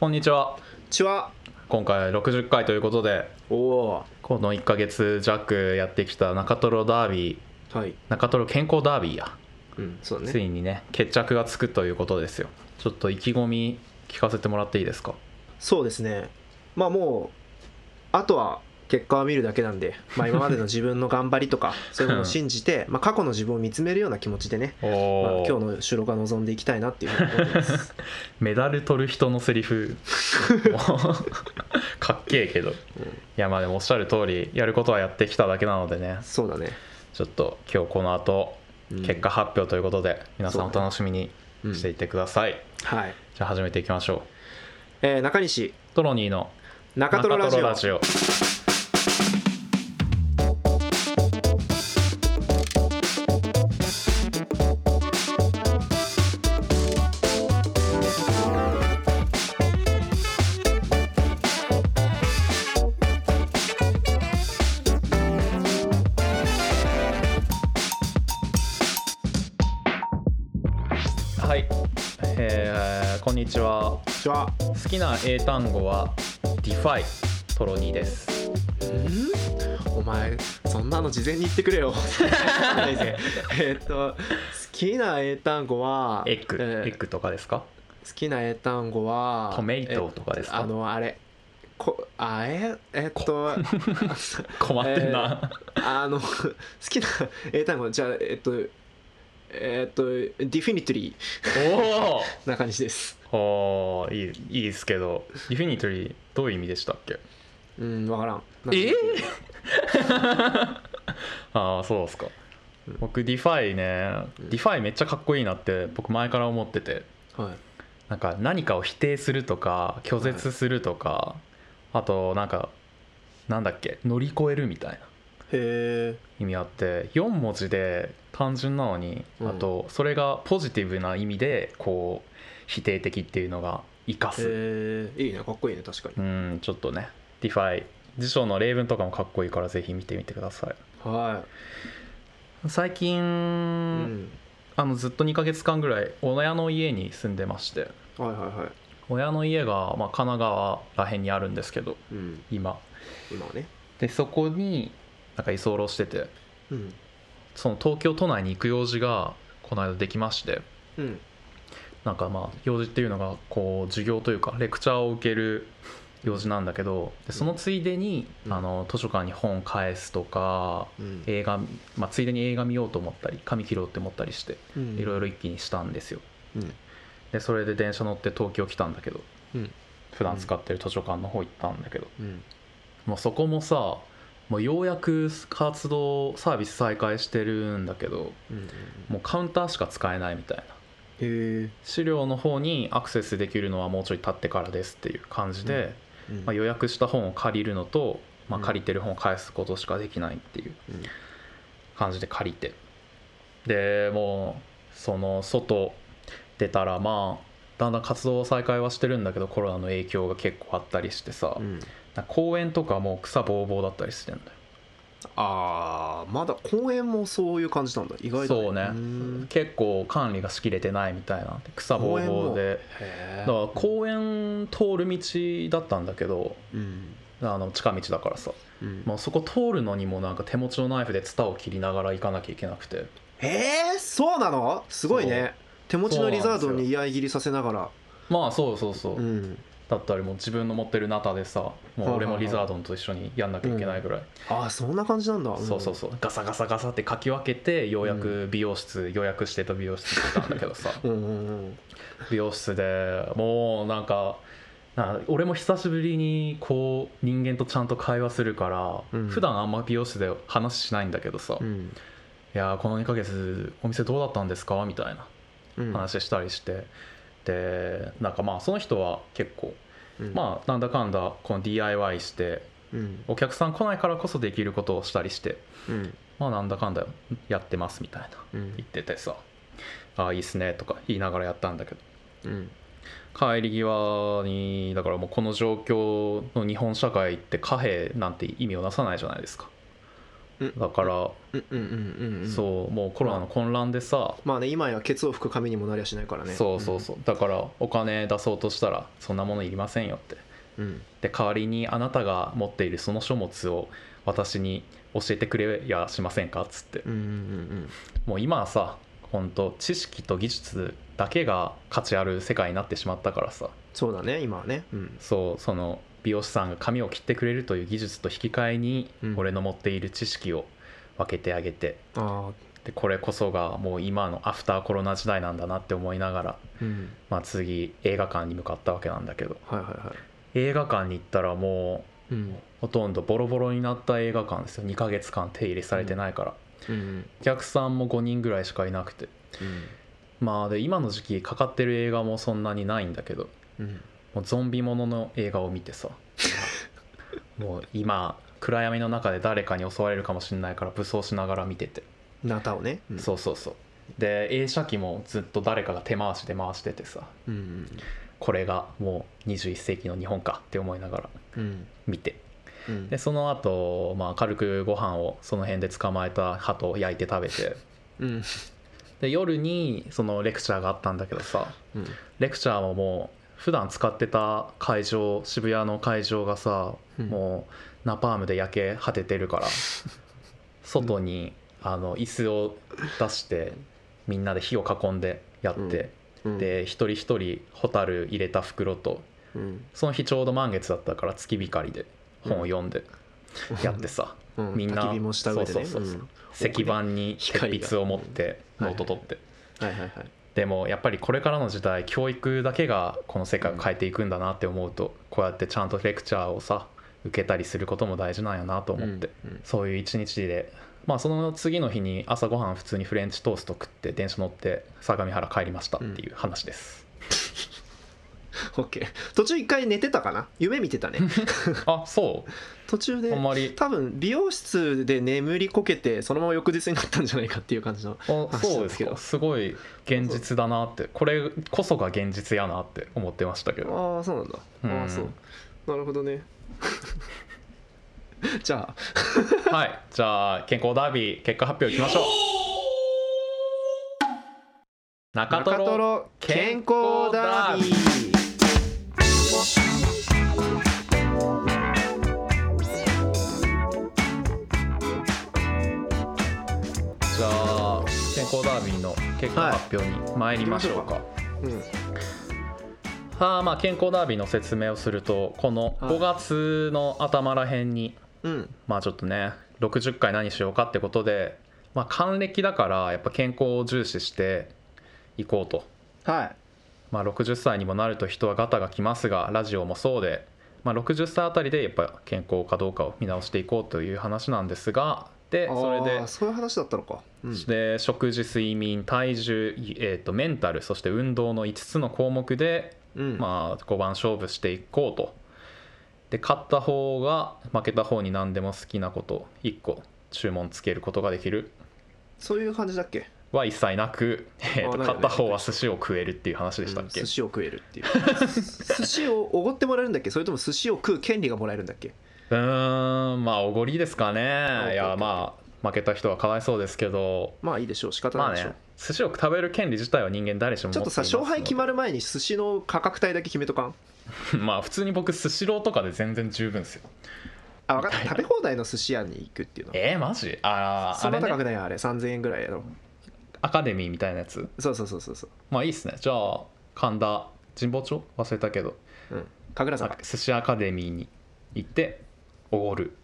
こんにちはちは今回60回ということでおおこの1ヶ月弱やってきた中トロダービーはい中トロ健康ダービーや、うんそうだつねいにね決着がつくということですよちょっと意気込み聞かせてもらっていいですかそうですねまあもうあとは結果を見るだけなんで、まあ、今までの自分の頑張り とかそういうものを信じて、まあ、過去の自分を見つめるような気持ちでね、 おまあ、お、今日の収録は望んでいきたいなっていうふうに思ってます メダル取る人のセリ フかっけえけど、いやまあでもおっしゃる通りやることはやってきただけなのでねそうだね、ちょっと今日この後うん結果発表ということで、皆さんお楽しみにうんしていってください、はい、じゃあ始めていきましょうえー中西トロニーの中トロラ中ジオトロラジオはい、えーこんにちはちは好きな英単語は DeFi トロニーですんお前そんなの事前に言ってく れよえーっと好きな英単語はエッグ、えエーッグとかですか好きな英単語はトメイトとかですかえあのあれこあええっと困ってんな、 あの好きな英単語じゃあえっとえっとディフィニトリーな感じですおー、おおいいいいですけど Definitely どういう意味でしたっけうんわからんえああそうですか僕 DeFi ね DeFi めっちゃかっこいいなって僕前から思っててはいなんか何かを否定するとか拒絶するとか、あとなんかなんだっけ乗り越えるみたいなへ意味あって4文字で単純なのに、うんあとそれがポジティブな意味でこう否定的っていうのが生かえすへえいいねかっこいいね確かにうんちょっとね DeFi 辞書の例文とかもかっこいいからぜひ見てみてくださいは最近、いうんあのずっと2ヶ月間ぐらい親の家に住んでましてはいはいはい親の家が、まあ、神奈川らへんにあるんですけどうん今今はねでそこになんか居候しててうんその東京都内に行く用事がこの間できましてうんなんかまあ用事っていうのがこう授業というかレクチャーを受ける用事なんだけどでそのついでにうんあの図書館に本返すとかうん映画、まあ、ついでに映画見ようと思ったり紙切ろうって思ったりしてうんいろいろ一気にしたんですようんでそれで電車乗って東京来たんだけどうん普段使ってる図書館の方行ったんだけどうんもうそこもさもうようやく活動サービス再開してるんだけどうんもうカウンターしか使えないみたいなへえ資料の方にアクセスできるのはもうちょい経ってからですっていう感じで、うんまあ、予約した本を借りるのと、まあ、うん借りてる本を返すことしかできないっていううん感じで借りてでもうその外出たらまあだんだん活動を再開はしてるんだけどコロナの影響が結構あったりしてさ、うんなんか公園とかもう草ぼうぼうだったりしてんだよあーまだ公園もそういう感じなんだ意外だそうねん結構管理がしきれてないみたいな草ぼうぼうでだへえから公園通る道だったんだけどうんあの近道だからさうんもうそこ通るのにもなんか手持ちのナイフでツタを切りながら行かなきゃいけなくてえー、そうなのすごいね手持ちのリザードンに居合切りさせながらまあそうそうそう、うんだったりもう自分の持ってるナタでさもう俺もリザードンと一緒にやんなきゃいけないぐらい、ああそんな感じなんだそうそうそうガサガサガサってかき分けてようやく美容室、予約してた美容室行ったんだけど さうんうんうん美容室でもうなんかな俺も久しぶりにこう人間とちゃんと会話するから、うん普段あんま美容室で話しないんだけどさ、ういんやーこの2ヶ月お店どうだったんですかみたいなうん話したりして、でなんかまあその人は結構、まあなんだかんだこの DIY してあうんお客さん来ないからこそできることをしたりしてうんまあなんだかんだやってますみたいなうん言っててさ「ああいいっすね」とか言いながらやったんだけどうん帰り際にだからもうこの状況の日本社会って貨幣なんて意味をなさないじゃないですかうんだから、うんうんうんうんうんそうもうコロナの混乱でさ、まあね今やケツを拭く髪にもなりゃしないからねそうそうそうだからお金出そうとしたらそんなものいりませんよってうん、うんで代わりにあなたが持っているその書物を私に教えてくれやしませんかっつってうんうんもう今はさ本当知識と技術だけが価値ある世界になってしまったからさそうだね今はねうんそうその美容師さんが髪を切ってくれるという技術と引き換えにうん俺の持っている知識を分けてあげてああでこれこそがもう今のアフターコロナ時代なんだなって思いながら、うんまあ、次映画館に向かったわけなんだけどはいはいはい映画館に行ったらもうんうほとんどボロボロになった映画館ですよ2ヶ月間手入れされてないから、うんお客さんも5人ぐらいしかいなくてうんまあで今の時期かかってる映画もそんなにないんだけどうんもうゾンビものの映画を見て さもう今暗闇の中で誰かに襲われるかもしれないから武装しながら見てて、ナタをねうんそうそうそうで映写機もずっと誰かが手回しで回しててさうんこれがもう21世紀の日本かって思いながらうん見てうんでその後、まあ軽くご飯をその辺で捕まえた鳩を焼いて食べて うんで夜にそのレクチャーがあったんだけどさうんレクチャーももう普段使ってた会場渋谷の会場がさ、うんもうナパームで焼け果ててる から外にあの椅子を出してみんなで火を囲んでやって、うんで一人一人ホタル入れた袋とうんその日ちょうど満月だったから月光で本を読んでやってさ、うみんな焚き火もした上でねそうそうそうそうん石板に光鉛が筆を持ってノート取って、はいはいはいでもやっぱりこれからの時代教育だけがこの世界を変えていくんだなって思うと、こうやってちゃんとレクチャーをさ受けたりすることも大事なんやなと思って、うんそういう一日でまあその次の日に朝ごはん普通にフレンチトースト食って電車乗って相模原帰りましたっていう話です、オッケー途中一回寝てたかな夢見て たねあそう途中 であんまり多分美容室で眠りこけてそのまま翌日になったんじゃないかっていう感じ のあ話そなうんでですすけけどどすごい現実だなってこれこそが現実やなって思ってましたけどああそうなんだ、うああんそうなるほどね じゃあはいじゃあ健康ダービー結果発表いきましょう中ト中トロロ健康ダービーじゃあ健康ダービーの結果発表に参りましょうか、うんあーまあ健康ダービーの説明をするとこのはい5月の頭らへんに、うんまあちょっとね60回何しようかってことで、まあ、還暦だからやっぱ健康を重視していこうとはいまあ、60歳にもなると人はガタがきますがラジオもそうで、まあ、60歳あたりでやっぱ健康かどうかを見直していこうという話なんですがでそれあでーそういう話だったのか、うん、で食事睡眠体重、えー、とメンタルそして運動の5つの項目で、うんまあ、5番勝負していこうとで勝った方が負けた方に何でも好きなこと1個注文つけることができるそういう感じだっけは一切なく、えーとあない勝った方は寿司を食えるっていう話でしたっうんけ、寿司を食え るっていう寿司をおごってもらえるんだっけそれとも寿司を食う権利がもらえるんだっけうーんまあおごりですかねいあおごやりまあ負けた人はかわいそうですけどまあいいでしょう仕方まないあでしょう、ね寿司を食べる権利自体は人間誰しも持ちょっとさ勝敗決まるる前に寿司の価格帯だけ決めとかん まあ普通に僕スシローとかで全然十分ですよあ分かった食べ放題の寿司屋に行くっていうのえー、マジあーそあんなれ、高ね、くないよあれ3000円ぐらいやろアカデミーみたいなやつそうそうそうそうそうまあいいっすねじゃあ神田神保町忘れたけどうん神楽なん坂か寿司アカデミーに行っておごる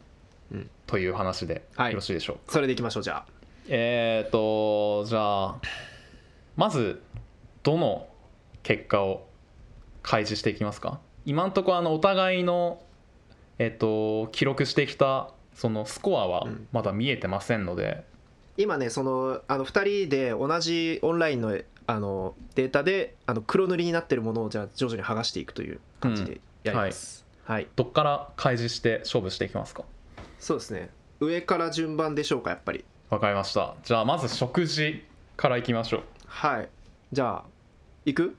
うんという話ではいよろしいでしょうか、それでいきましょうじゃあえーとじゃあまずどの結果を開示していきますか今んとこあのお互いの、えっと記録してきたそのスコアはうんまだ見えてませんので、今ねそのあの2人で同じオンラインのあのデータであの黒塗りになってるものをじゃあ徐々に剥がしていくという感じでやります、はい、どっから開示して勝負していきますかそうですね上から順番でしょうかやっぱりわかりましたじゃあまず食事からいきましょうはいじゃあ行く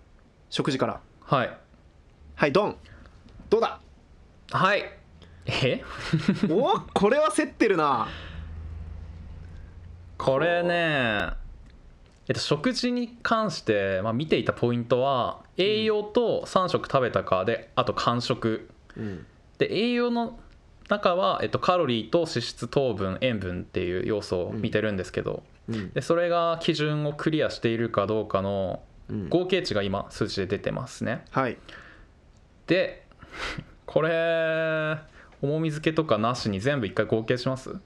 食事からはいはいドンどうだはいえおこれは競ってるなこれね、えっと、食事に関して、まあ、見ていたポイントは栄養と3食食べたかであと間食うんで栄養の中は、えっと、カロリーと脂質糖分塩分っていう要素を見てるんですけど、うんでそれが基準をクリアしているかどうかのうん合計値が今数値で出てますねはいで これ重み付けとかなしに全部一回合計します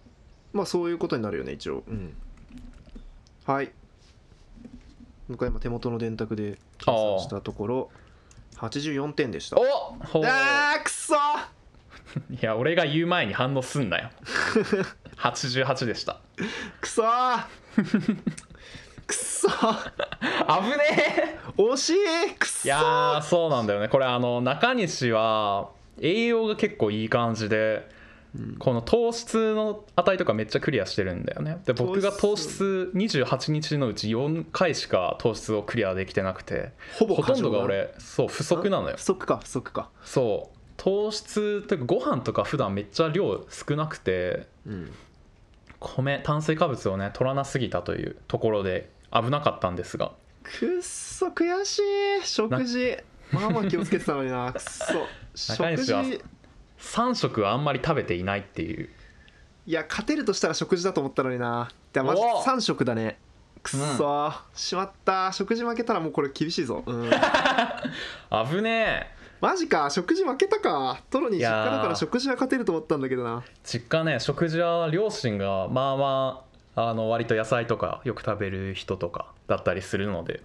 まあそういうことになるよね一応うんはい僕は今手元の電卓で計算したところ84点でしたおほうあーくそいや俺が言う前に反応すん なよ88でしたくそ くそ危ね惜しいくそいやーそうなんだよねこれあの中西は栄養が結構いい感じで、この糖質の値とかめっちゃクリアしてるんだよねで僕が糖糖質28日のうち4回しか糖質をクリアできてなくてほぼほと過んど剰が俺そう不足なのよ不足か不足かそう糖質というかご飯とか普段めっちゃ量少なくてうん米炭水化物をね取らなすぎたというところで危なかったんですがくっそ悔しい食事まあまあ気をつけてたのに なくっそ中食西は事3食はあんまり食べていないっていういや勝てるとしたら食事だと思ったのになでまずおお3食だねくっそ、しまった食事負けたらもうこれ厳しいぞ、うん 危ねマジか食事負けたかトロにい実やー家だから食事は勝てると思ったんだけどなえ実家ね食事は両親がまあまああの割と野菜とかよく食べる人とかだったりするので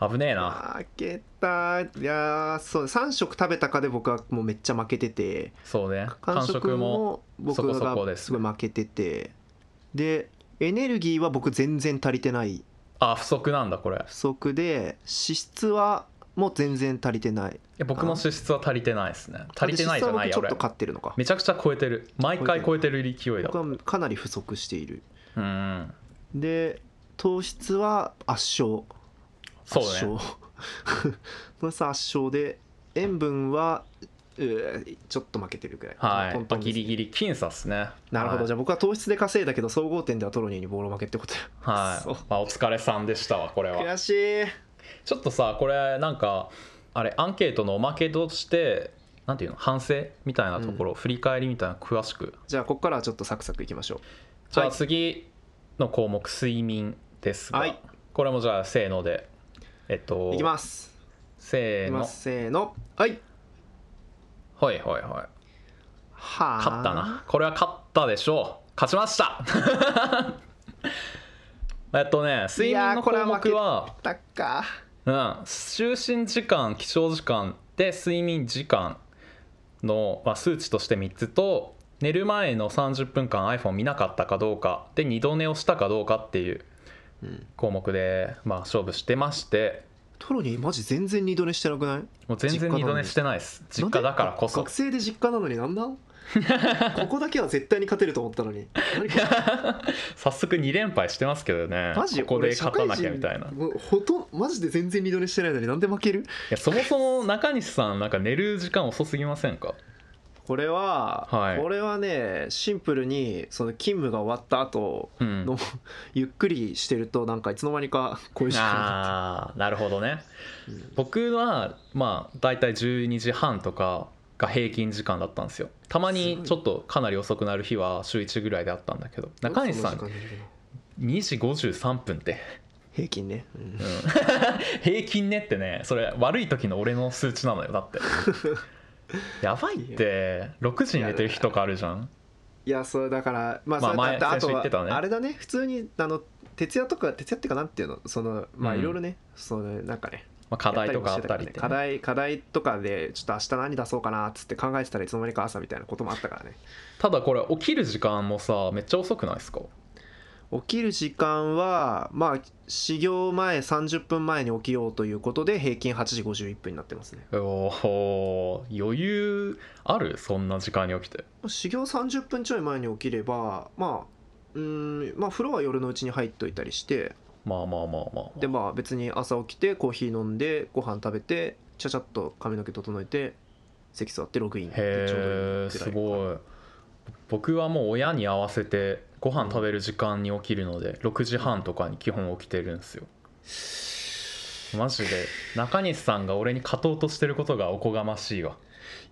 危ねえな負けたいやーそう3食食べたかで僕はもうめっちゃ負けててそうね完完食食もも僕そこそこでがすすごい負けててでエネルギーは僕全然足りてないあ不足なんだこれ不足で脂質はもう全然足りてないえ僕もあ脂質は足りてないですね足りてないじゃないやで脂質は僕ちょ俺っと勝ってるのかめちゃくちゃ超えてる毎回超えてる勢いだ僕はかなり不足しているうんで糖質は圧勝そう圧ね勝 糖質は圧勝で塩分はうーちょっと負けてるぐらいはいトやンっぱトンでギすリギリ僅差っすねなるほど、はいじゃあ僕は糖質で稼いだけど総合点ではトロニーにボール負けってことはい、 そうまあ、お疲れさんでしたわこれやは悔しいちょっとさこれなんかあれアンケートのおまけとしてなんていうの反省みたいなところ、振り返りみたいなの詳しくじゃあここからはちょっとサクサクいきましょうじゃあはい次の項目睡眠ですが、はいこれもじゃあせーのでえっといきますせーいきのますせーのはいはいはいはいはあ勝ったなこれは勝ったでしょう勝ちました えっとね睡眠いやのーこ項れは負け目はたかうん、就寝時間起床時間で睡眠時間の、まあ、数値として3つと寝る前の30分間 iPhone 見なかったかどうかで二度寝をしたかどうかっていううん項目で、まあ、勝負してましてトロニーマジ全然二度寝してなくないもう全然実家なのに二度寝してないです実家だからこなんそで学生で実家なのになんだここだけは絶対に勝てると思ったのに何これ 早速2連敗してますけど ねマジここで俺勝たなきゃみたいな社い会人もうほとんマジで全然二度寝してないのになんで負けるやそもそも中西さんなんか寝る時間遅すぎませんかこれは、はいこれはねシンプルにその勤務が終わった後うんの、 ゆっくりしてるとなんかいつの間にかこういう時間あーなるほどねうん僕はまあ大体12時半とかが平均時間だったんですよたまにちょっとかなり遅くなる日は週1ぐらいであったんだけど中西さそんの時間寝るの2時53分って、 平均ね、うんうん平均ねってねそれ悪い時の俺の数値なのよだ ってやばいって6時に寝てる日とかあるじゃんいやそうだからまあまあそれだって前あ先と週言ってたはねあれだね普通にあの徹夜とか徹夜っていうかなんていうのそのまあうんいろいろね、そのなんかねまあ課題とかあやったりってねもしてからね課題課題とかでちょっと明日何出そうかなっつって考えてたらいつの間にか朝みたいなこともあったからねただこれ起きる時間もさめっちゃ遅くないですか起きる時間はまあ始業前30分前に起きようということで平均8時51分になってますねおお余裕あるそんな時間に起きて始業30分ちょい前に起きればまあうーんまあ風呂は夜のうちに入っといたりしてまあまあまあまあ、まあ、でまあ別に朝起きてコーヒー飲んでご飯食べてちゃちゃっと髪の毛整えて席座ってログインってちょうどいいへえぐらすごい僕はもう親に合わせてご飯食べる時間に起きるので6時半とかに基本起きてるんですよマジで中西さんが俺に勝とうとしてることがおこがましいわ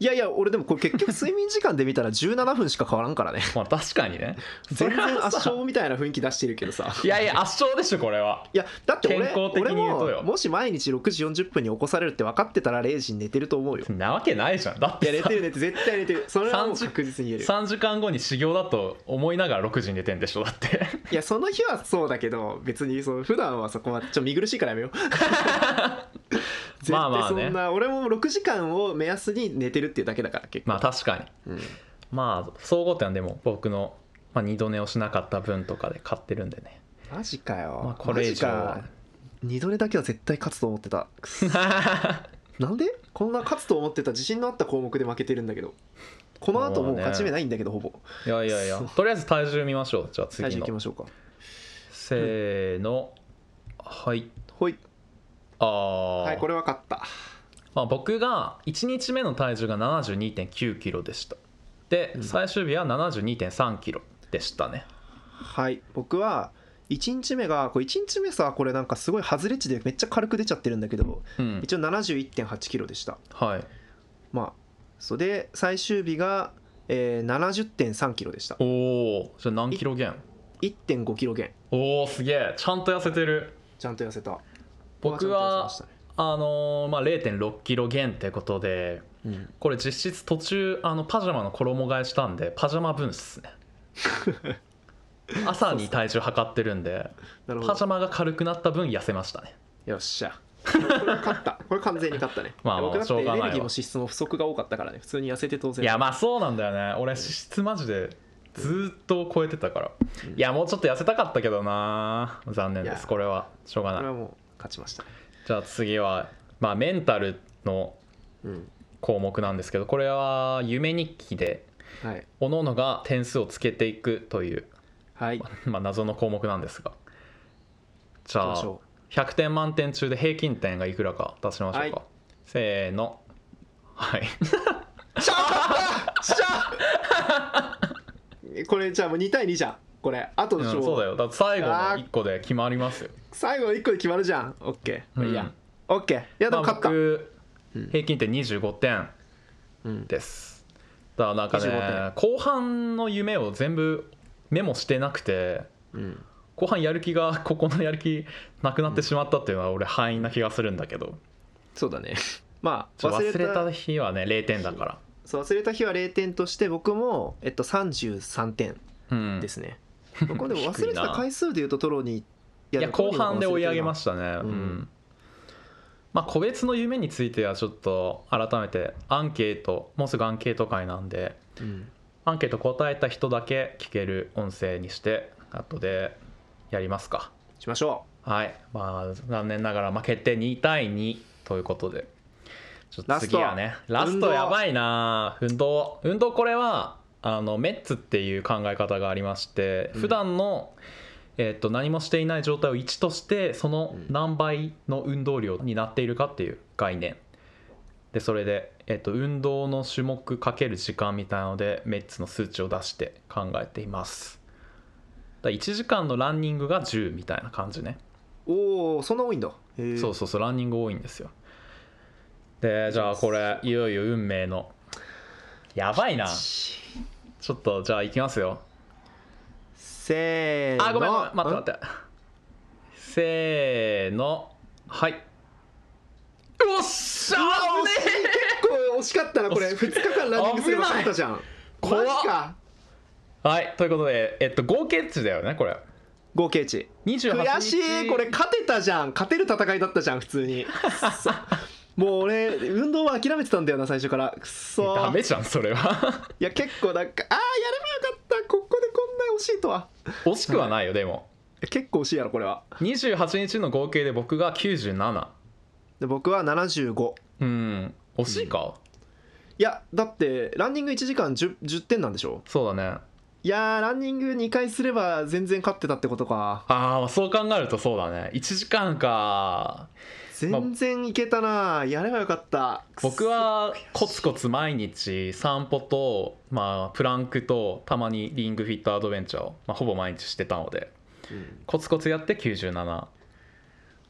いやいや俺でもこれ結局睡眠時間で見たら17分しか変わらんからねまあ確かにね そ全れ然は圧さ勝みたいな雰囲気出してるけどさいやいや圧勝でしょこれ はいやだって俺健康的に言うとよ俺ももし毎日6時40分に起こされるって分かってたら0時に寝てると思うよなわけないじゃんだっいてや寝さてる寝てる絶対寝てるそれはもう30確実に言える3時間後に修行だと思いながら6時に寝てんでしょだって いやその日はそうだけど別にその普段はそこはちょっと見苦しいからやめよう絶まあま対あそんねな、俺も6時間を目安に寝てるっていうだけだから結構、まあ確かにうんまあ総合点はでも僕の、まあ、二度寝をしなかった分とかで買ってるんでねマジかよ、まあこれ以上はマジか二度寝だけは絶対勝つと思って たなんでこんな勝つと思ってた自信のあった項目で負けてるんだけどこの後もう勝ち目ないんだけど、ほぼいやいやいやそうとりあえず体重見ましょうじゃあ次最初行のきましょうかせーのはいほいあー、はいこれは勝ったまあ、僕が1日目の体重が7 2 9キロでしたで、うん最終日は7 2 3キロでしたねはい僕は1日目がこれ1日目さこれなんかすごい外れ値でめっちゃ軽く出ちゃってるんだけどうん一応7 1 8キロでしたはいまあそれで最終日が、えー、7 0 3キロでしたおおじゃあ何キロ減1 5キロ減おおすげえちゃんと痩せてるちゃんと痩せた僕はちゃんと痩せましあのーまあ、0 6キロ減ってことでたねこれ実質途中あのパジャマの衣替えしたんでパジャマ分っすね 朝に体重測ってるんでなるほパジャどマが軽くなった分痩せましたねよっしゃこれ勝ったこれ完全に勝ったね まあまあ僕だってしょうエがないネわルギーも脂質も不足が多かったからね普通に痩せて当然いやまあそうなんだよね俺脂質マジでずーっと超えてたからうんいやもうちょっと痩せたかったけどな残念でいやすこれはしょうがこれないはもう勝ちましたねじゃあ次は、まあ、メンタルのうん項目なんですけどこれは夢日記ではい各々が点数をつけていくというはい まあ、謎の項目なんですがじ行きゃましあょ100点満点中で平均点がいくらか出しましょうか、はいせーのはいうしゃあしゃあ これじゃあもう2対2じゃんこれあとうでんしょ、そうだよだって最後のあー1個で決まりますよ最後の1個で決まるじゃんオッケー、うんいやオッケーいやでもまあ勝った、僕うん平均点25点うんですだからなんかね25後半の夢を全部メモしてなくてうん後半やる気が ここのやる気なくなってしまったっていうのは俺敗因な気がするんだけどそうだね まあちょっと忘れ忘たれた日はね0点だからそう忘れた日は0点として僕も、えっと、33点うんです ね、僕もでも忘れて低いたな回数でいうとトロにいいや後半で追い上げまししたね、うんうんまあ、個別の夢についてはちょっと改めてアンケートもうすぐアンケート会なんでた、うんアンケート答えた人だけ聞ける音声にして後でやりますかしましょはいまあ残念ながら負けて2対2ということでちょっと次はねララスストトやばいな運動運動これはあのメッツっていう考え方がありましてうん普段の、えっと何もしていない状態を1としてその何倍の運動量になっているかっていう概念でそれで、えっと運動の種目かける時間みたいなのでメッツの数値を出して考えていますだ1時間のランニングが10みたいな感じねうおおそんな多いんだへーそうそうそうランニング多いんですよでじゃあこれいよいよ運命のやばいなちょっとじゃあ行きますよせーのあごめんごめん待って待ってせーのはいよっしゃうわ危ね惜しい結構惜しかったなこれ 惜2日間ランニングすれば勝ったじゃん危ないマジかえはいということでえっと合計値だよねこれ合計値28日悔しいこれ勝てたじゃん勝てる戦いだったじゃん普通にくっそもう俺運動は諦めてたんだよな最初からくっそダメじゃんそれはいや結構なんかああやればよかったここでこんな惜しいとは惜しくはないよでも結構惜しいやろこれは28日の合計で僕が97で僕は75うん惜しいか、いやだってランニング1時間 10, 10点なんでしょそうだねいやーランニング2回すれば全然勝ってたってことかああそう考えるとそうだね1時間か全然いけたなやればよかった僕はコツコツ毎日散歩と、まあ、プランクとたまにリングフィットアドベンチャーを、まあ、ほぼ毎日してたのでうんコツコツやって97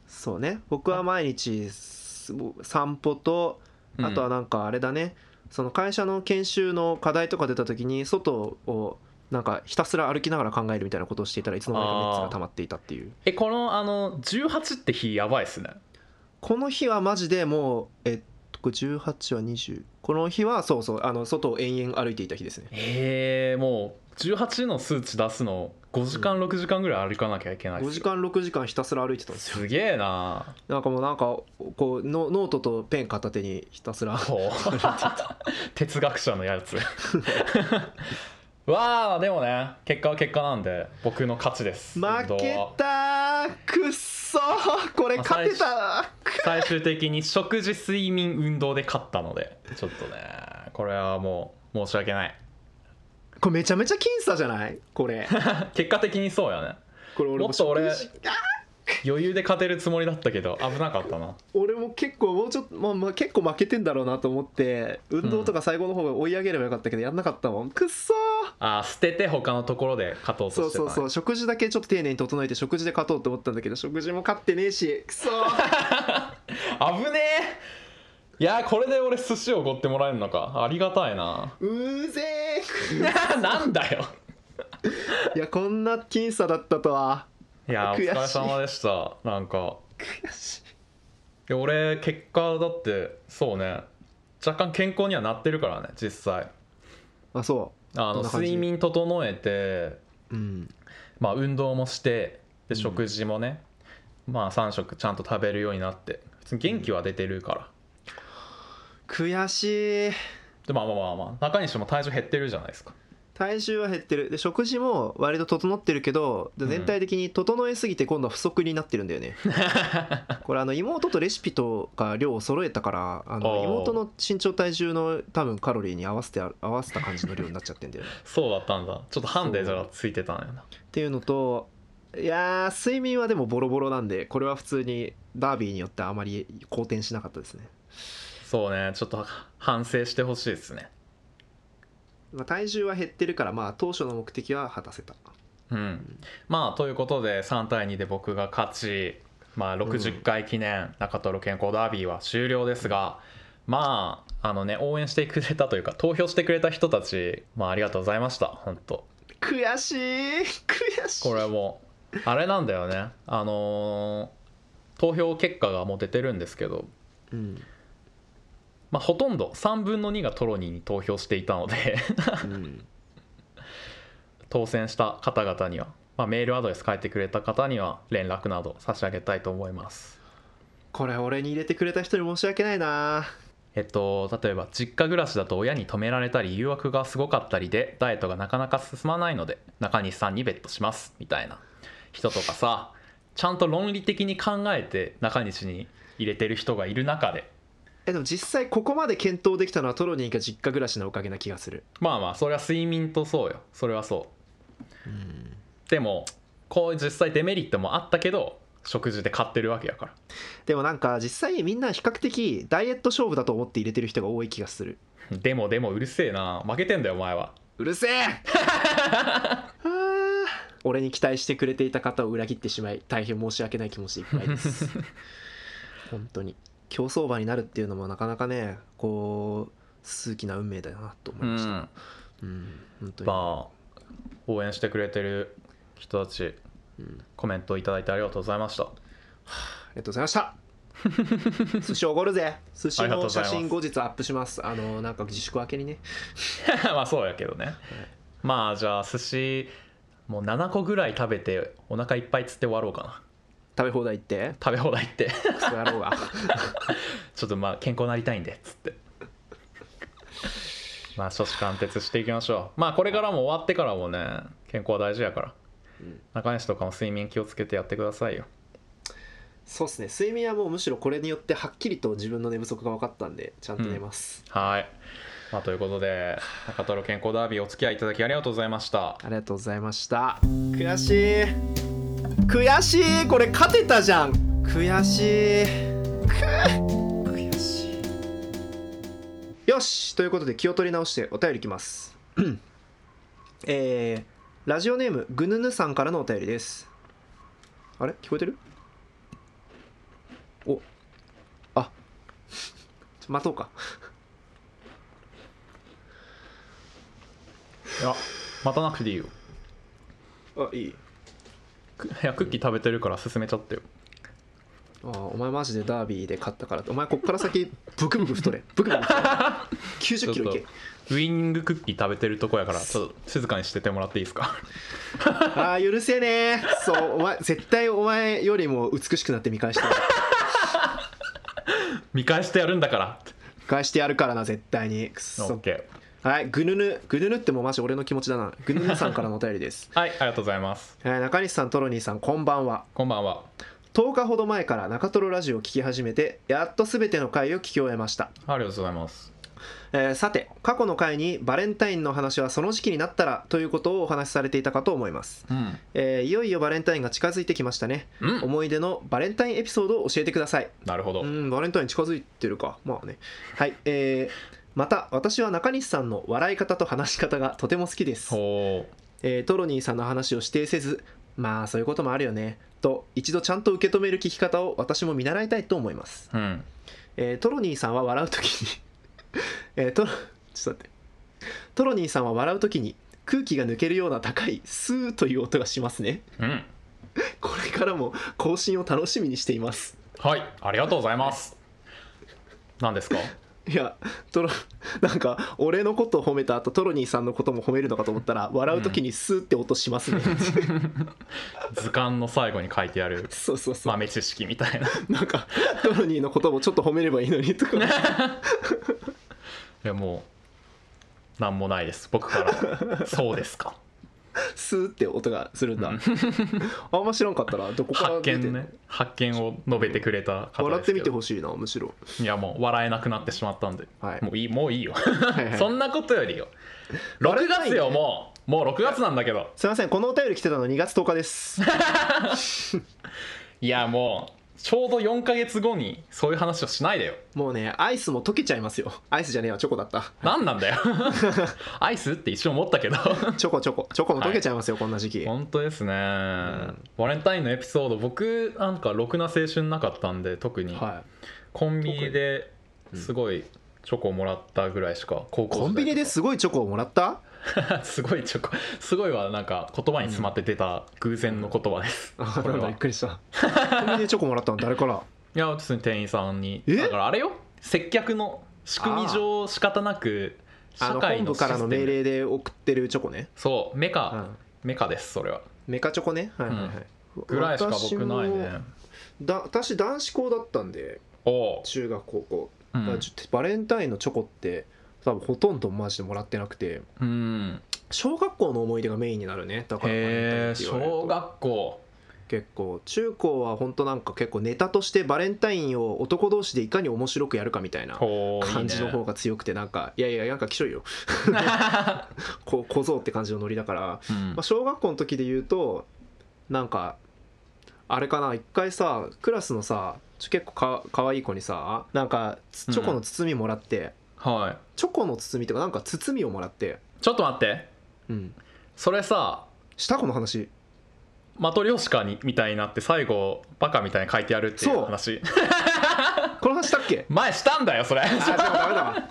そうね僕は毎日す散歩とうんあとはなんかあれだね、その会社の研修の課題とか出た時に外をなんかひたすら歩きながら考えるみたいなことをしていたらいつの間にかメッツが溜まっていたっていうえこのあの18って日やばいっすねこの日はマジでもうえっとこれ18は20この日はそうそうあの外を延々歩いていた日ですねえー、もう18の数値出すの5時間6時間ぐらい歩かなきゃいけないっす5よ時間6時間ひたすら歩いてたんですよすげえななんかもうなんかこうノノートとペン片手にひたすらこう 哲学者のやつわあでもね結果は結果なんで僕の勝ちです負けたーくっそーこれ勝てたー最終的に食事睡眠運動で勝ったのでちょっとねこれはもう申し訳ないこれめちゃめちゃ僅差じゃないこれ結果的にそうやねこれ俺もっと俺食事あ余裕で勝てるつもりだったけど危なかったな俺も結構もうちょっと、まあ、まあ結構負けてんだろうなと思って運動とか最後の方が追い上げればよかったけどやんなかったもんくっそーあー捨てて他のところで勝とうとしてそた、うそうそう食事だけちょっと丁寧に整えて食事で勝とうと思ったんだけど食事も勝ってねえしくそー危ねえいやーこれで俺寿司をおごってもらえるのかありがたいな うぜえなんだよいやこんな僅差だったとはいやーお 悔しい疲れ様でしたなんか悔しいいや俺結果だってそうね若干健康にはなってるからね実際あそあどのんな感じ睡眠整えて、ううんまあ、運動もしてうでん食事もね、まあ3食ちゃんと食べるようになって普通に元気は出てるから、悔しいでまあまあまあまあ中西も体重減ってるじゃないですか体重は減ってるで食事も割と整ってるけどでうん全体的に整えすぎて今度は不足になってるんだ よね、これあの妹とレシピとか量を揃えたからあのおー妹の身長体重の多分カロリーに合わせてあ合わせた感じの量になっちゃってんだよねそうだったんだちょっとハンデじゃついてたんやなっていうのといやー睡眠はでもボロボロなんでこれは普通にダービーによってあまり好転しなかったですね、そうねちょっと反省してほしいですねまあ、体重は減ってるからまあ当初の目的は果たせたうん、まあということで3対2で僕が勝ち、まあ、60回記念中トロ健康ダービーは終了ですが、まああのね応援してくれたというか投票してくれた人たち、まあ、ありがとうございました本当悔しい悔しいこれもあれなんだよねあのー投票結果がもう出てるんですけど、うん、まあ、ほとんど3分の2がトロニーに投票していたので うん、当選した方々には、まあ、メールアドレス書いてくれた方には連絡など差し上げたいと思いますこれ俺に入れてくれた人に申し訳ないなえっと、例えば実家暮らしだと親に止められたり誘惑がすごかったりでダイエットがなかなか進まないので中西さんにベットしますみたいな人とかさちゃんと論理的に考えて中西に入れてる人がいる中でえでも実際ここまで検討できたのはトロニーが実家暮らしのおかげな気がするまあまあそれは睡眠とそうよそれはそうでもこういう実際デメリットもあったけど食事で買ってるわけやからでもなんか実際みんな比較的ダイエット勝負だと思って入れてる人が多い気がするでもでもうるせえな負けてんだよお前はうるせえあー俺に期待してくれていた方を裏切ってしまい大変申し訳ない気持ちでいっぱいです 本当に競走馬になるっていうのもなかなかねこう数奇な運命だなと思いました、うん、本当に、まあ応援してくれてる人たちうんコメントいただいてありがとうございました ありがとうございました寿司おごるぜ寿司ありがとうごのざいま写す真後日アップしますあのなんか自粛明けにねまあそうやけどね、まあじゃあ寿司もう7個ぐらい食べてお腹いっぱいつって終わろうかな食べ放題行って食べ放題行って クソ野郎がちょっとまあ健康なりたいんでっつって まあ諸子貫徹していきましょうまあこれからも終わってからもね健康は大事やから、うん中西とかも睡眠気をつけてやってくださいよそうっすね睡眠はもうむしろこれによってはっきりと自分の寝不足が分かったんでちゃんと寝ます、はい、まあ、ということで中トロ健康ダービーお付き合いいただきありがとうございましたありがとうございました悔しい悔しいこれ勝てたじゃん悔しい悔しいよしということで気を取り直してお便りいきますえー、ラジオネームぐぬぬさんからのお便りですあれ聞こえてるおあちょ待とうかいや待たなくていいよあいいく いやクッキー食べてるから進めちゃったよあーお前マジでダービーで勝ったからお前こっから先ブクブク太れブクブク太れ90キロいけウイニングクッキー食べてるとこやからちょっと静かにしててもらっていいですか あー許せねえそうお前絶対お前よりも美しくなって見返してやる見返してやるんだから見返してやるからな絶対にくっオッそケはいぐぬぬぐぬぬってもうマジ俺の気持ちだなぐぬぬさんからのお便りです、 ーはいありがとうございますえー中西さんトロニーさんこんばんはこんばんは10日ほど前から中トロラジオを聞き始めてやっと全ての回を聞き終えましたありがとうございますえーさて過去の回にバレンタインの話はその時期になったらということをお話しされていたかと思います、うんえーいよいよバレンタインが近づいてきましたねうん思い出のバレンタインエピソードを教えてくださいなるほどうんバレンタイン近づいてるかまあねはいえーまた私は中西さんの笑い方と話し方がとても好きです、ほえートロニーさんの話を指定せずまあそういうこともあるよねと一度ちゃんと受け止める聞き方を私も見習いたいと思いますううんえートロニーさんは笑うときに えートロちょっと待ってトロニーさんは笑うときに空気が抜けるような高いスーという音がしますねうんこれからも更新を楽しみにしていますはいありがとうございます何ですか いやトロなんか俺のことを褒めた後トロニーさんのことも褒めるのかと思ったら笑うときにスーって音しますね、図鑑の最後に書いてあるそうそうそう、豆知識みたいないなんかトロニーのこともちょっと褒めればいいのにとかやもうなんもないです僕 からそうですかスーって音がするんだ、あんま知らんかったらどこから発出てんの見ね発見を述べてくれた方笑ですってけみてどほしいなむしろいやもう笑えなくなってしまったんではいもういいもういいよはいはい そんなことよりよ6月よもうもう6月なんだけどすいませんこのお便り来てたの2月10日ですいやもうちょうど4ヶ月後にそういう話をしないでよもうねアイスも溶けちゃいますよアイスじゃねえわチョコだった何なんだ よアイスって一瞬思ったけどチョコチョコチョコも溶けちゃいますよ、こんな時期本当ですね、バレンタインのエピソード僕なんかろくな青春なかったんで特にはコンビニですごいチョコもらったぐらいしか高校時い代コンビニですごいチョコをもらった すごいチョコすごいはなんか言葉に詰まって出た偶然の言葉です、あこれなんだはびっいくりしたコンビニでチョコもらったの誰からや普通に店員さんにえだからあれよ接客の仕組み上仕方なく あ社の会本の部システかムらの命令で送ってるチョコね、そうメうカ、ん、メカですそれはメカチョコねはいはいはい、ぐらいしか僕ない私もねだ私男子校だったんでおう、中学高校、うだからんちょっとバレンタインのチョコって多分ほとんどマジでもらってなくてうん、小学校の思い出がメインになるねだからバレンタインへえって言われると小学校結構中高は本当なんか結構ネタとしてバレンタインを男同士でいかに面白くやるかみたいなほういいね感じの方が強くてなんかいやいやなんかきしょいよこう小僧って感じのノリだから、 うんまあ、小学校の時で言うとなんかあれかな一回さクラスのさちょ結構かかわいい子にさなんかつチョコの包みもらって、はチョコの包みとかなんか包みをもらって、いちょっと待ってうん、それさしたこの話マトリョーシカにみたいになって最後バカみたいに書いてやるっていう話この話したっ け前したんだよそれあーでもダメだわ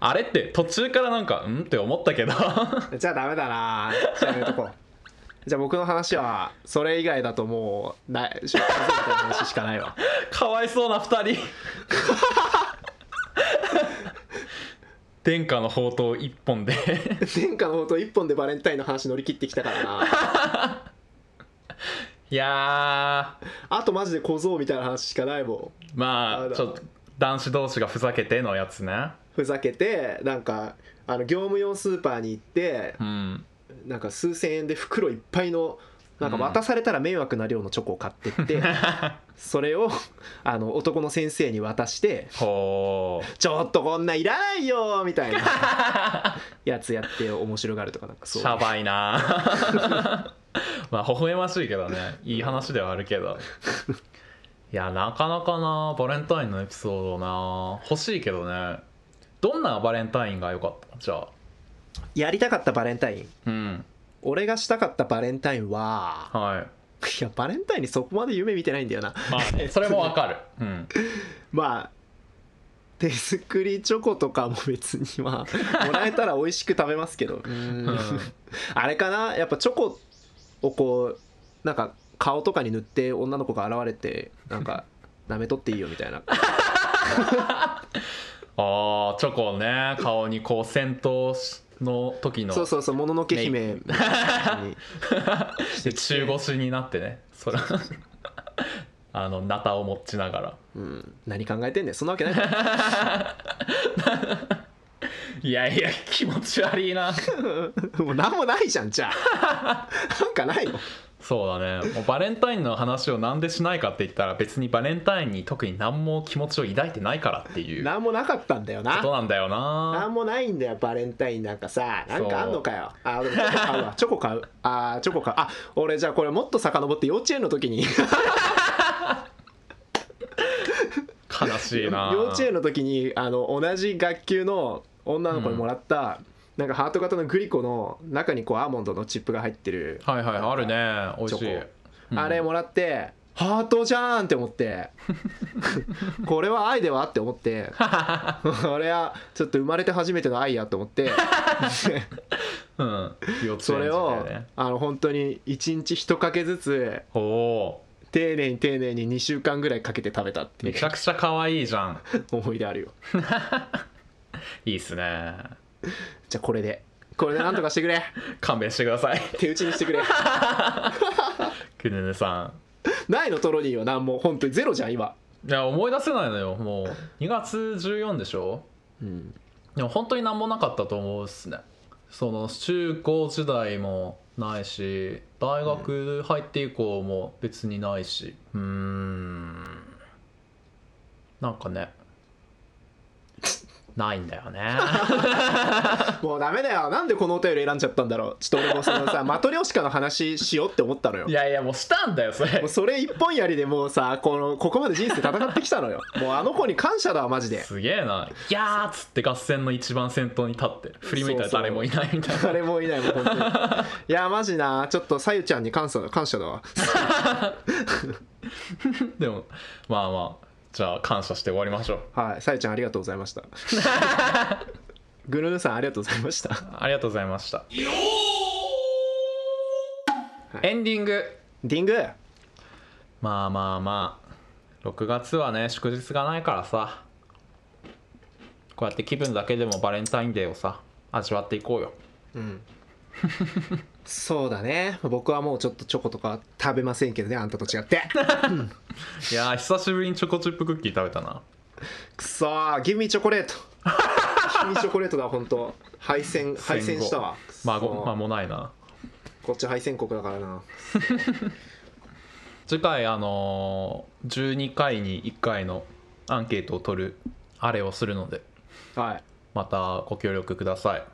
あれって途中からなんかうんって思ったけど じゃあダメだなじゃあやめとこうじゃあ僕の話はそれ以外だともうないしょみたいな話しかないわかわいそうな2人 殿下の宝刀一本で 天下の宝刀一本でバレンタインの話乗り切ってきたからないやーあとマジで小僧みたいな話しかないもんまああらちょっと男子同士がふざけてのやつねふざけてなんかあの業務用スーパーに行ってうんなんか数千円で袋いっぱいのなんか渡されたら迷惑な量のチョコを買ってって、それをあの男の先生に渡してほ「ちょっとこんなんいらないよ」みたいなやつやって面白がるとかなんかうそシうャバい なまあ微笑ましいけどねいい話ではあるけどいやなかなかなバレンタインのエピソードな欲しいけどねどんなバレンタインが良かったじゃあやりたかったバレンタインうん俺がしたかったバレンタインははい いやバレンタインにそこまで夢見てないんだよなまあ ねそれもわかるうんまあ手作りチョコとかも別にま あもらえたら美味しく食べますけどうーんうん あれかなやっぱチョコをこうなんか顔とかに塗って女の子が現れてな んか舐めとっていいよみたいなあーチョコをね顔にこう戦闘の時 のそうそうそうもののけ姫みたいな感じでに中腰になってねそれ あのナタを持ちながらうん、何考えてんねんそんなわ けない からいやいや気持ち悪いなもう何もないじゃんじゃあ なんかないのそうだねもうバレンタインの話をなんでしないかって言ったら別にバレンタインに特に何も気持ちを抱いてないからっていうこ何もなかったんだよなとなんだよななんもないんだよバレンタインなんかさなんかあんのかよあでもチョコ買うわチョコ 買うあーチョコ買うあ俺じゃあこれもっと遡って幼稚園の時に悲しい 幼な稚園の時にあの同じ学級の女の子にもらった、なんかハート型のグリコの中にこうアーモンドのチップが入ってる、はいはいあるね美味しチいョコ、うんあれもらってハートじゃーんって思って これは愛ではって思ってあれはちょっと生まれて初めての愛やと 思ってうん幼稚園児それをだよねあの本当に1日1かけずつおお丁寧に丁寧に2週間ぐらいかけて食べたっていめうちゃくちゃ可愛いじゃん思い出あるよいいっすねじゃあこれでこれでなんとかして くれ勘弁してください手打ちにしてくれくぬぬさんないのトロニーは何も本当にゼロじゃん今いや思い出せないのよもう2月14でしょうんでも本当に何もなかったと思うっすねその中高時代もないし大学入って以降も別にないしうーんなんかねないんだ よねもうダメだよなんでこのお便り選んじゃったんだろうちょっと俺もその さマトリョーシカの話しようって思ったのよいやいやもうしたんだよそれもうそれ一本槍でもうさこのここまで人生戦ってきたのよもうあの子に感謝だわマジですげえな「やー」っつって合戦の一番先頭に立って振り向いたら誰もいないみたい な誰もいないもん本当にいやマジなちょっとさゆちゃんに感謝だ感謝だわでもまあまあじゃあ感謝して終わりましょうはいさゆちゃんありがとうござい ましたグルヌさんありがとうございましたありがとうございました。エンディング。ディングまあまあまあ。6月はね、祝日がないからさ。こうやって気分だけでもバレンタインデーをさ、味わっていこうよ。うんそうだね僕はもうちょっとチョコとか食べませんけどねあんたと違 っていやー、久しぶりにチョコチップクッキー食べたな。くそーギミチョコレートギミチョコレートだ本当敗戦敗戦したわまあ、ごそうまあ、もうないな。こっち敗戦国だからな次回、あのー、12回に1回のアンケートを取る、あれをするので、はいまたご協力ください。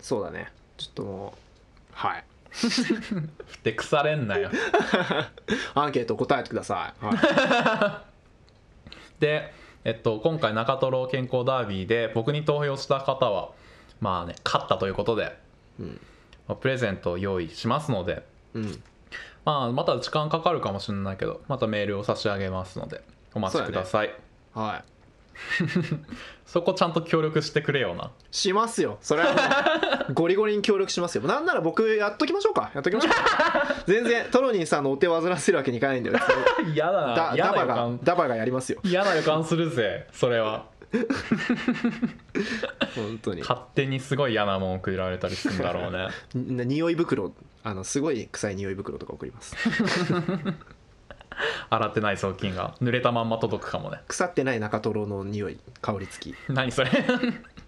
そうだねちょっともうはいふてくされんなよ。アンケート答えてくださ い、はい、で、えっと、今回中トロ健康ダービーで僕に投票した方はまあね勝ったということで、うんまあプレゼントを用意しますので、うんまあ、また時間かかるかもしれないけどまたメールを差し上げますのでお待ちくださいそ,、はいこちゃんと協力してくれよなしますよそれは もうゴリゴリに協力しますよなんなら僕やっときましょうかやっときましょう か全然トロニーさんのお手を煩わせるわけにいかないん だよ嫌だだな嫌なダバ予が感ダバがやりますよ嫌な予感するぜそれは本当に勝手にすごい嫌なもん送られたりするんだろうねに匂い袋あのすごい臭い匂い袋とか送ります洗ってない雑巾が濡れたまんま届くかもね腐ってない中トロの匂い香り付き何それ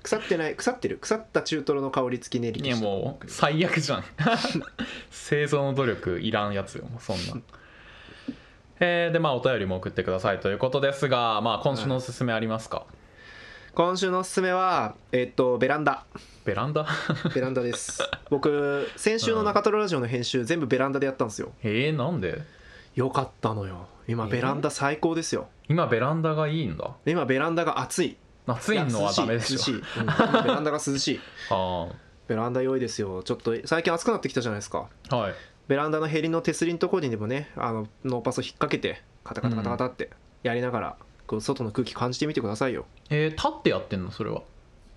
腐ってない腐ってる腐った中トロの香り付き練りいにやしたもう最悪じゃん 製造の努力いらんやつよもうそ んなえーでまあお便りも送ってくださいということですがまあ今週のおすすめありますか、今週のおすすめはえっとベランダベランダ ベランダです僕先週の中トロラジオの編集全部ベランダでやったんですよえー、なんでよかったのよ今えベランダ最高ですよ、今ベランダがいいんだ今ベランダが暑い暑いのはダメで涼ししい、涼しいうん今ベランダが涼しいょベランダ良いですよちょっと最近暑くなってきたじゃないですかあーはいベランダのへりの手すりのところにでもねあのノーパスを引っ掛けてカタカタカタカタってやりながら、こう外の空気感じてみてくださいよえー、立ってやってんのそれは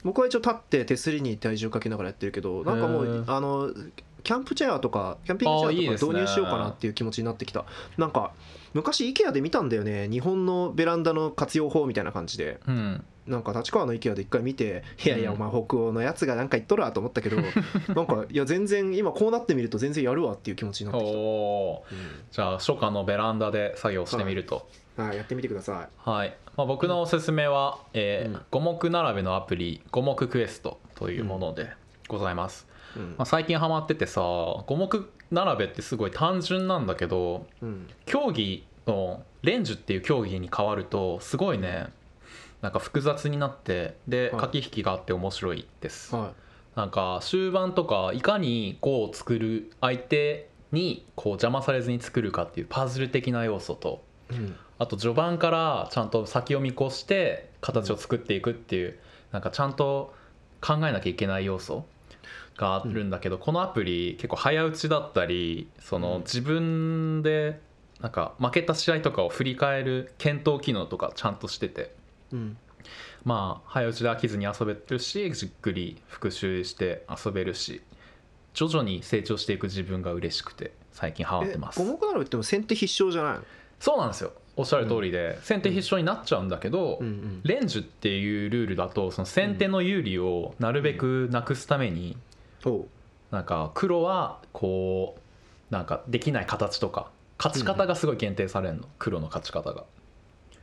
僕は一応立って手すりに体重かけながらやってるけどなんかもへーうあのキャンプチェアとかキャンピングチェアあーといいかですね導入しようかなっていう気持ちになってきたなんか昔 IKEA で見たんだよね日本のベランダの活用法みたいな感じでうんなんか立川の IKEA で一回見ていやいやうおん前北欧のやつがなんか言っとるわと思ったけどなんかいや全然今こうなってみると全然やるわっていう気持ちになおってきた、おーじゃあ初夏のベランダで作業してみるとうんはいやってみてくださはい、まあ、僕のおすすめは、えーうん五目並べのアプリ五目クエストというものでございます、い、うんまあ、最近ハマっててさ五目並べってすごい単純なんだけどうん競技のレンジュっていう競技に変わるとすごいねなんか複雑になってではい駆け引きがあって面白いです、はなんか終盤とかいかにこう作る相手にこう邪魔されずに作るかっていうパズル的な要素とい、うんあと序盤からちゃんと先を見越して形を作っていくっていうなんかちゃんと考えなきゃいけない要素があるんだけどこのアプリ結構早打ちだったりそのうん自分でなんか負けた試合とかを振り返る検討機能とかちゃんとしててうんまあ早打ちで飽きずに遊べるしじっくり復習して遊べるし徐々に成長していく自分が嬉しくて最近ハマっえてます五目並べっても先手必勝じゃないのそうなんですよおっしゃる通りで先手必勝になっちゃうんだけどうんうんレンジュっていうルールだとその先手の有利をなるべくなくすためにおうなんか黒はこうなんかできない形とか勝ち方がすごい限定されるの黒の勝ち方が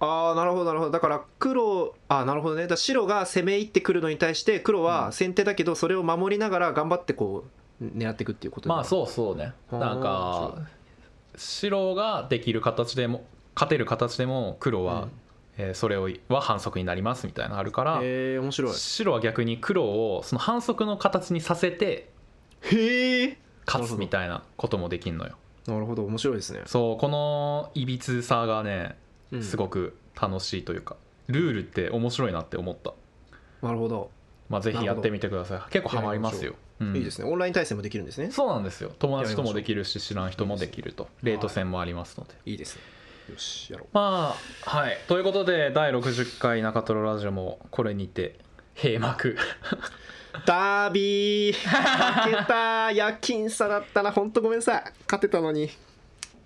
ああなるほどなるほどだから黒あーなるほどねだから白が攻め入ってくるのに対して黒うはん先手だけどそれを守りながら頑張ってこう狙っていくっていうことにまなあるそうそうねあーなんそか白ができる形でも勝てる形でも黒は、えーそれをは反則になりますみたいなのあるからうんへえ面白い白は逆に黒をその反則の形にさせてへえ勝つみたいなこともできるのよなるほど面白いですね、そうこのいびつさがねうんすごく楽しいというか、ルールって面白いなって思った、なるほど、まあ、ぜひやってみてください結構ハマりますよ、うんいいですねオンライン対戦もできるんですねそうなんですよ友達とやりましもょうできるし知らん人もできるとレート戦もありますので、いいですねよしやろうまあはいということで第60回中トロラジオもこれにて閉 幕ダービー負けた夜勤差だったなほんとごめんなさい勝てたのに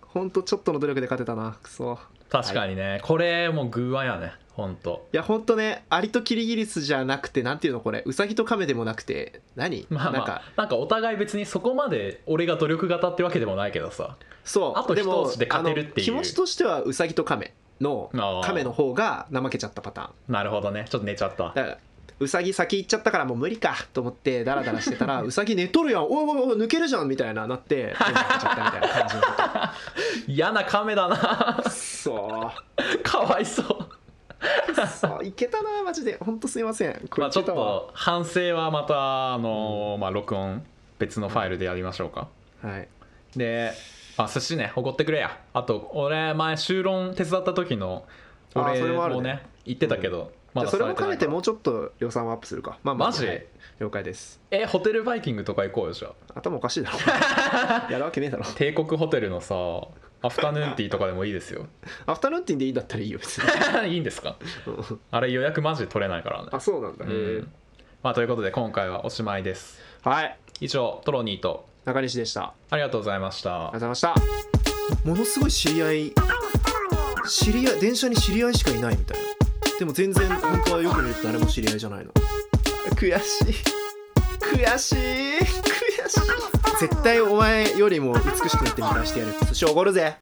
ほんとちょっとの努力で勝てたなくそ確かにね、これもう偶話やねほんといやほんとねアリとキリギリスじゃなくてなんていうのこれウサギとカメでもなくて何、まあまあななんんかかお互い別にそこまで俺が努力型ってわけでもないけどさそうあとで一も押しで勝てるっていうあの気持ちとしてはウサギとカメのあーカメの方が怠けちゃったパターンなるほどねちょっと寝ちゃっただからウサギ先行っちゃったからもう無理かと思ってダラダラして たらウサギ寝とるやんおいおいおい抜けるじゃんみたいななって抜けちゃったみたいな感じのパタ嫌な亀だな ーンそうかわいそうそういけたなマジで本当すいませんこまれあ、ちょいっけたわと反省はまた、あのーまあ、録音別のファイルでやりましょうか、はいであ寿司ねおごってくれやあと俺前修論手伝った時のあ俺それもあるもね言ってたけど、まじゃだあそれもさ兼なねいかてらもうちょっと予算をアップするかまあまあマジはい了解ですえホテルバイキングとか行こうよじゃあ頭おかしい だろやるわけねえだろ帝国ホテルのさアフタヌーンティーとかでもいいですよ アフタヌーンティーでいいんだったらいいよ別にいいんですかあれ予約マジで取れないからねあそうなんだ、うへえんまあ、ということで今回はおしまいですはい以上トロニーと中西でしたありがとうございましたありがとうございましたものすごい知り合い知り合い電車に知り合いしかいないみたいなでも全然本当はよく見ると誰も知り合いじゃないの悔しい悔しい悔しい絶対お前よりも美しくなって見返してやる寿司おごるぜ